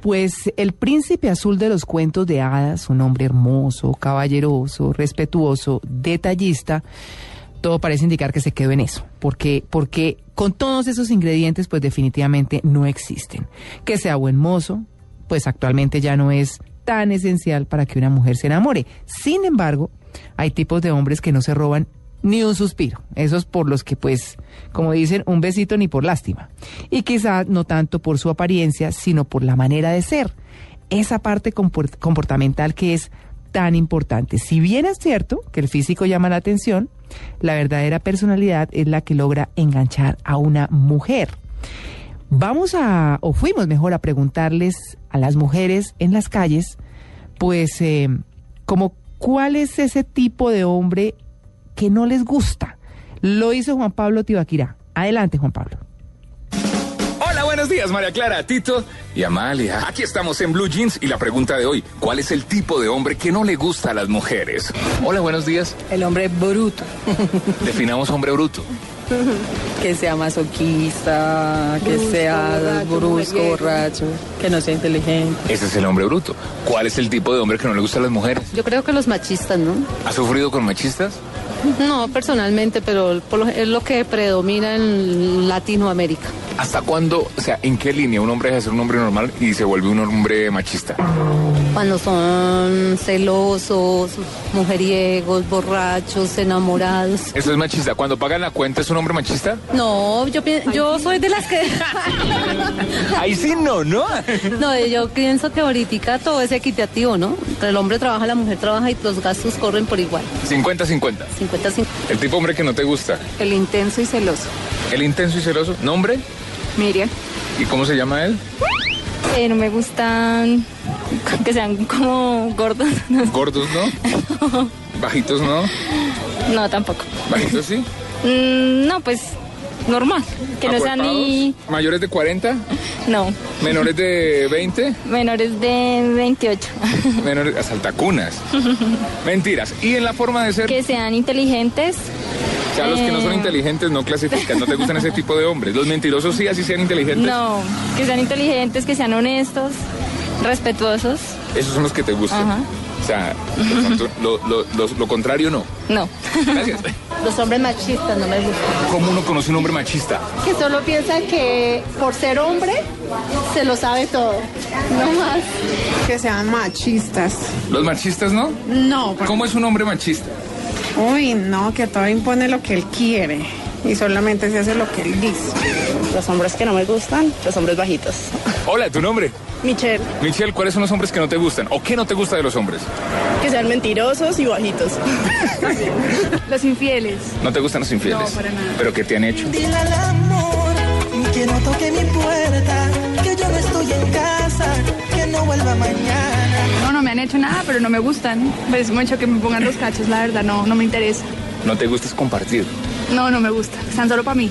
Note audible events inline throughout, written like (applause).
Pues el príncipe azul de los cuentos de hadas, un hombre hermoso, caballeroso, respetuoso, detallista, todo parece indicar que se quedó en eso, porque, porque con todos esos ingredientes pues definitivamente no existen. Que sea buen mozo, pues actualmente ya no es tan esencial para que una mujer se enamore. Sin embargo, hay tipos de hombres que no se roban ni un suspiro, esos por los que pues, como dicen, un besito ni por lástima. Y quizás no tanto por su apariencia, sino por la manera de ser. Esa parte comport- comportamental que es tan importante. Si bien es cierto que el físico llama la atención, la verdadera personalidad es la que logra enganchar a una mujer. Vamos a, o fuimos mejor, a preguntarles a las mujeres en las calles, pues, eh, como cuál es ese tipo de hombre que no les gusta. Lo hizo Juan Pablo Tibaquirá. Adelante, Juan Pablo. Hola, buenos días, María Clara, Tito y Amalia. Aquí estamos en Blue Jeans y la pregunta de hoy, ¿cuál es el tipo de hombre que no le gusta a las mujeres? Hola, buenos días. El hombre bruto, (laughs) Definamos hombre bruto. que sea masoquista, que sea brusco, borracho, que no sea inteligente. Ese es el hombre bruto. ¿Cuál es el tipo de hombre que no le gusta a las mujeres? Yo creo que los machistas, ¿no? ¿Ha sufrido con machistas? No, personalmente, pero por lo- es lo que predomina en Latinoamérica. ¿Hasta cuándo, o sea, en qué línea un hombre deja de ser un hombre normal y se vuelve un hombre machista? Cuando son celosos, mujeriegos, borrachos, enamorados. Eso es machista. Cuando pagan la cuenta es un hombre machista. No, yo, pi- yo soy de las que... (laughs) Ahí sí no, ¿no? no, yo pienso que ahorita todo es equitativo, ¿no? Entre el hombre trabaja, la mujer trabaja y los gastos corren por igual. 50-50. 50-50. El tipo de hombre que no te gusta. El intenso y celoso. El intenso y celoso. ¿Nombre? Miriam. ¿Y cómo se llama él? Eh, no me gustan (laughs) que sean como gordos. (laughs) No, Gordos, ¿no? Bajitos, ¿no? no, tampoco. Bajitos, sí. Mm, no, pues normal. Que no sean ni. Acuerpados. Mayores de 40, No, menores de 20, menores de 28. menores a saltacunas. Mentiras. Y en la forma de ser, (laughs) que sean inteligentes. o sea, los que no son eh, inteligentes no clasifican, no te gustan ese tipo de hombres. Los mentirosos sí, así sean inteligentes. No, que sean inteligentes, que sean honestos, respetuosos. Esos son los que te gustan. Ajá. O sea, por tanto, lo, lo- los- lo contrario no. No. Gracias. Los hombres machistas no me gustan. ¿Cómo uno conoce un hombre machista? que solo piensa que por ser hombre se lo sabe todo, no más. Que sean machistas. ¿Los machistas no? No, ¿Cómo es un hombre machista? uy, no, que todo impone lo que él quiere y solamente se hace lo que él dice. Los hombres que no me gustan, los hombres bajitos. Hola, ¿tu nombre? Michelle, Michelle, ¿cuáles son los hombres que no te gustan? ¿O qué no te gusta de los hombres? que sean mentirosos y (laughs) bajitos. Los infieles. No te gustan los infieles. Pero ¿qué te han hecho? Dile al amor que no toque mi puerta, que yo no estoy en casa, que no vuelva mañana. (laughs) No, no me han hecho nada, pero no me gustan. Pues mucho que me pongan los cachos, la verdad, no, no me interesa. No te gusta es compartir. No, no me gusta. Están solo para mí.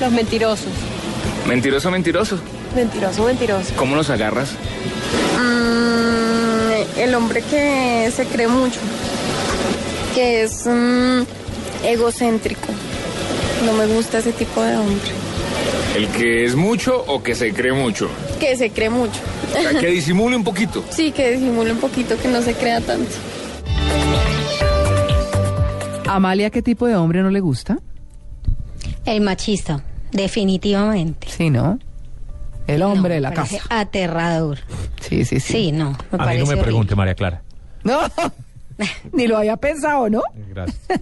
Los mentirosos. Mentiroso, mentiroso. Mentiroso, mentiroso. ¿Cómo los agarras? el hombre que se cree mucho, que es mm, egocéntrico. No me gusta ese tipo de hombre. ¿El que es mucho o que se cree mucho? Que se cree mucho. O sea, que disimule un poquito. Sí, que disimule un poquito, que no se crea tanto. Amalia, ¿qué tipo de hombre no le gusta? El machista, definitivamente. Sí, ¿no? El hombre No, de la me casa. parece Aterrador. Sí, sí, sí. Sí, no. Me A mí no me parece pregunte, María Clara. No, (laughs) ni lo había pensado, ¿no? Gracias. (laughs)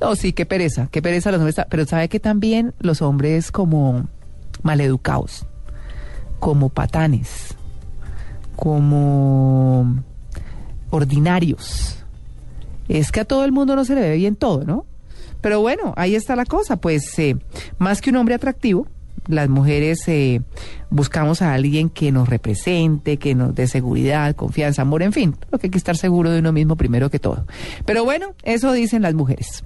No, sí, qué pereza, qué pereza los hombres. Pero sabe que también los hombres como maleducados, como patanes, como ordinarios. Es que a todo el mundo no se le ve bien todo, ¿no? Pero bueno, ahí está la cosa. Pues eh, más que un hombre atractivo, las mujeres eh, buscamos a alguien que nos represente, que nos dé seguridad, confianza, amor, en fin, lo que hay que estar seguro de uno mismo primero que todo. Pero bueno, eso dicen las mujeres.